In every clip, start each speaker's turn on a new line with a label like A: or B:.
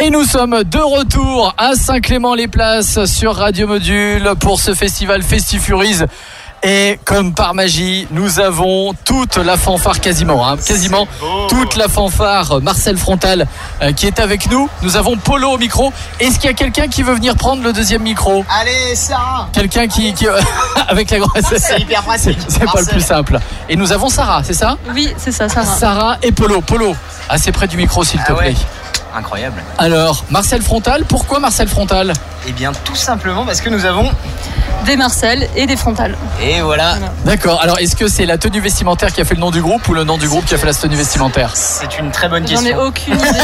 A: Et nous sommes de retour à Saint-Clément-les-Places sur Radio Module pour ce festival Festifurise. Et comme par magie, nous avons toute la fanfare quasiment, hein, quasiment toute la fanfare. Marcel Frontal euh, qui est avec nous. Nous avons Polo au micro. Est-ce qu'il y a quelqu'un qui veut venir prendre le deuxième micro
B: Allez, Sarah
A: Quelqu'un qui, qui- euh, avec la grosse,
B: Ah, C'est hyper pratique.
A: c'est pas le plus simple. Et nous avons Sarah, c'est ça
C: Oui, c'est ça, Sarah.
A: Sarah et Polo. Polo, assez près du micro s'il
B: Ah
A: te plaît.
B: ouais. Incroyable.
A: Alors, Marcel Frontal, pourquoi Marcel Frontal
B: Et bien, tout simplement parce que nous avons.
C: Des Marcel et des frontales.
B: Et voilà,
A: D'accord. Alors, est-ce que c'est la tenue vestimentaire qui a fait le nom du groupe ou le nom du groupe qui a fait la tenue vestimentaire
B: c'est une très bonne
C: J'en ai
B: question.
C: aucune idée.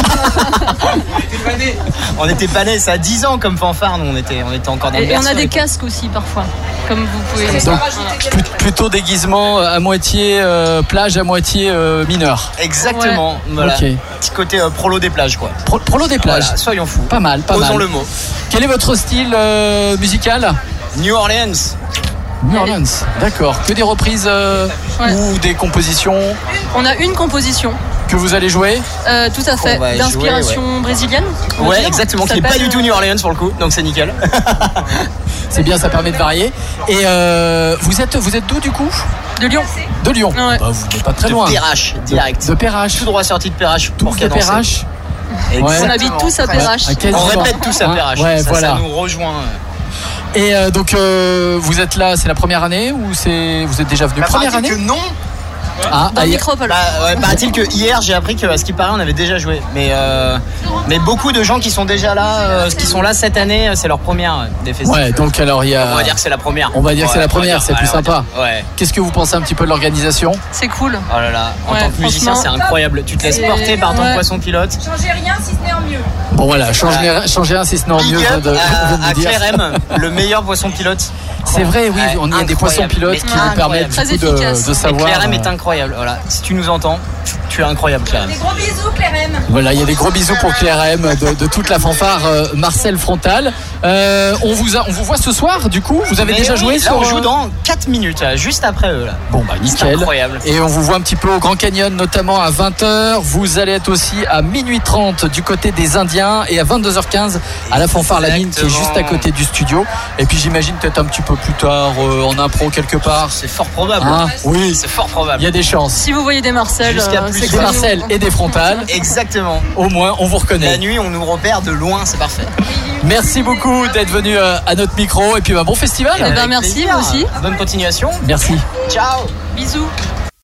B: On était pas nés, ça a 10 ans comme fanfare, nous, on était, on était encore dans le
C: Et, et on a
B: berceau.
C: des casques aussi parfois, comme vous pouvez.
A: Donc,
C: Voilà.
A: plut- plutôt déguisement à moitié euh, plage, à moitié euh, mineur.
B: Exactement, voilà.
A: Ok.
B: Petit côté euh, prolo des plages, quoi.
A: Pro- prolo des plages.
B: Voilà, soyons fous.
A: Pas mal, pas
B: Posons
A: mal.
B: le mot.
A: Quel est votre style euh, musical
B: New Orleans.
A: New Orleans. D'accord. Que des reprises euh,
C: Ouais.
A: ou des compositions
C: On a une composition,
A: que vous allez jouer
C: euh, tout à fait,
B: Qu'on va
C: d'inspiration brésilienne. on va
B: Ouais,
C: dire.
B: exactement,
C: Ça
B: qui n'est pas
C: s'appelle,
B: du tout
C: euh,
B: New Orleans pour le coup, donc c'est nickel.
A: C'est bien, ça permet de varier. Et euh, vous êtes, vous êtes d'où du coup
C: euh, De Lyon.
A: De Lyon.
C: Ouais.
A: Bah, vous n'êtes pas très loin.
B: De Perrache, direct.
A: De Perrache.
B: Tout droit sorti de Perrache.
A: Tous de Perrache.
C: On
A: Exactement.
C: habite tous à Perrache.
A: Ouais, à quel-
B: On répète tous à
A: Hein,
B: Perrache.
A: ouais,
B: ça, ça
A: voilà.
B: nous rejoint.
A: Et euh, donc euh, vous êtes là, c'est la première année ou c'est vous êtes déjà venu Première année
B: non, euh,
A: Ah,
C: Dans
A: ah,
C: le
A: y-
C: Micropole.
B: Bah, ouais, paraît-il que hier j'ai appris que à ce qui paraît on avait déjà joué mais, euh, mais beaucoup de gens qui sont déjà là euh, qui sont là cette année euh, c'est leur première euh, des festivals
A: Ouais, donc alors il y a.
B: on va dire que c'est la première
A: On va dire que c'est la
B: Ouais, on va
A: première,
B: dire,
A: c'est plus
B: ouais, on va
A: sympa.
B: dire. ouais
A: Qu'est-ce que vous pensez un petit peu de l'organisation
C: C'est cool.
B: oh là là en
C: Ouais,
B: tant que musicien c'est
C: franchement.
B: incroyable tu te laisses
C: C'est-
B: porter par ton
C: ouais.
B: poisson pilote
D: Changez rien si ce n'est en mieux.
A: Bon voilà, changez, changez un si ce n'est en mieux
B: Big
A: vient
B: up
A: de, vient de
B: à,
A: me
B: à
A: dire.
B: Claire M le meilleur poisson pilote
A: C'est vrai, oui,
B: Ouais,
A: on y a des
B: incroyable.
A: poissons pilotes
B: Mais
A: qui nous permettent
B: incroyable.
A: du
C: Très
A: coup, de,
C: efficace.
A: de
C: Et
B: Et
A: savoir.
B: Claire M est
A: euh,
B: incroyable voilà si tu nous entends tu es incroyable Claire M
D: Des gros bisous, Claire M.
A: Voilà, il y a des gros bisous pour Claire M de, de toute la fanfare euh, Marcel Frontal. Euh, on vous a- on vous voit ce soir du coup. Vous avez
B: Mais
A: déjà
B: oui,
A: joué
B: là,
A: sur
B: on joue
A: euh,
B: dans 4 minutes là, juste après eux là
A: Bon bah nickel.
B: incroyable.
A: Et on vous voit un petit peu au Grand Canyon, notamment à 20h. Vous allez être aussi à minuit 30 du côté des Indiens et à 22h15 à la fanfare La Mine qui est juste à côté du studio. Et puis j'imagine peut-être un petit peu plus tard euh, en impro quelque part.
B: Ah, c'est fort probable
A: Hein oui,
B: c'est fort probable
A: il y a des chances.
C: Si vous voyez des Marcel,
B: Jusqu'à
C: euh,
B: plus
C: c'est
B: de
A: Des
C: que nous.
A: Marcel et des Frontales,
B: Exactement.
A: au moins on vous
B: La
A: reconnaît.
B: nuit, on nous repère de loin, c'est parfait.
A: Merci beaucoup d'être venu euh, à notre micro et puis bah, bon festival.
C: ben,
B: Avec
C: merci,
B: plaisir.
C: vous aussi.
B: Bonne continuation.
A: Merci.
B: Ciao.
C: Bisous.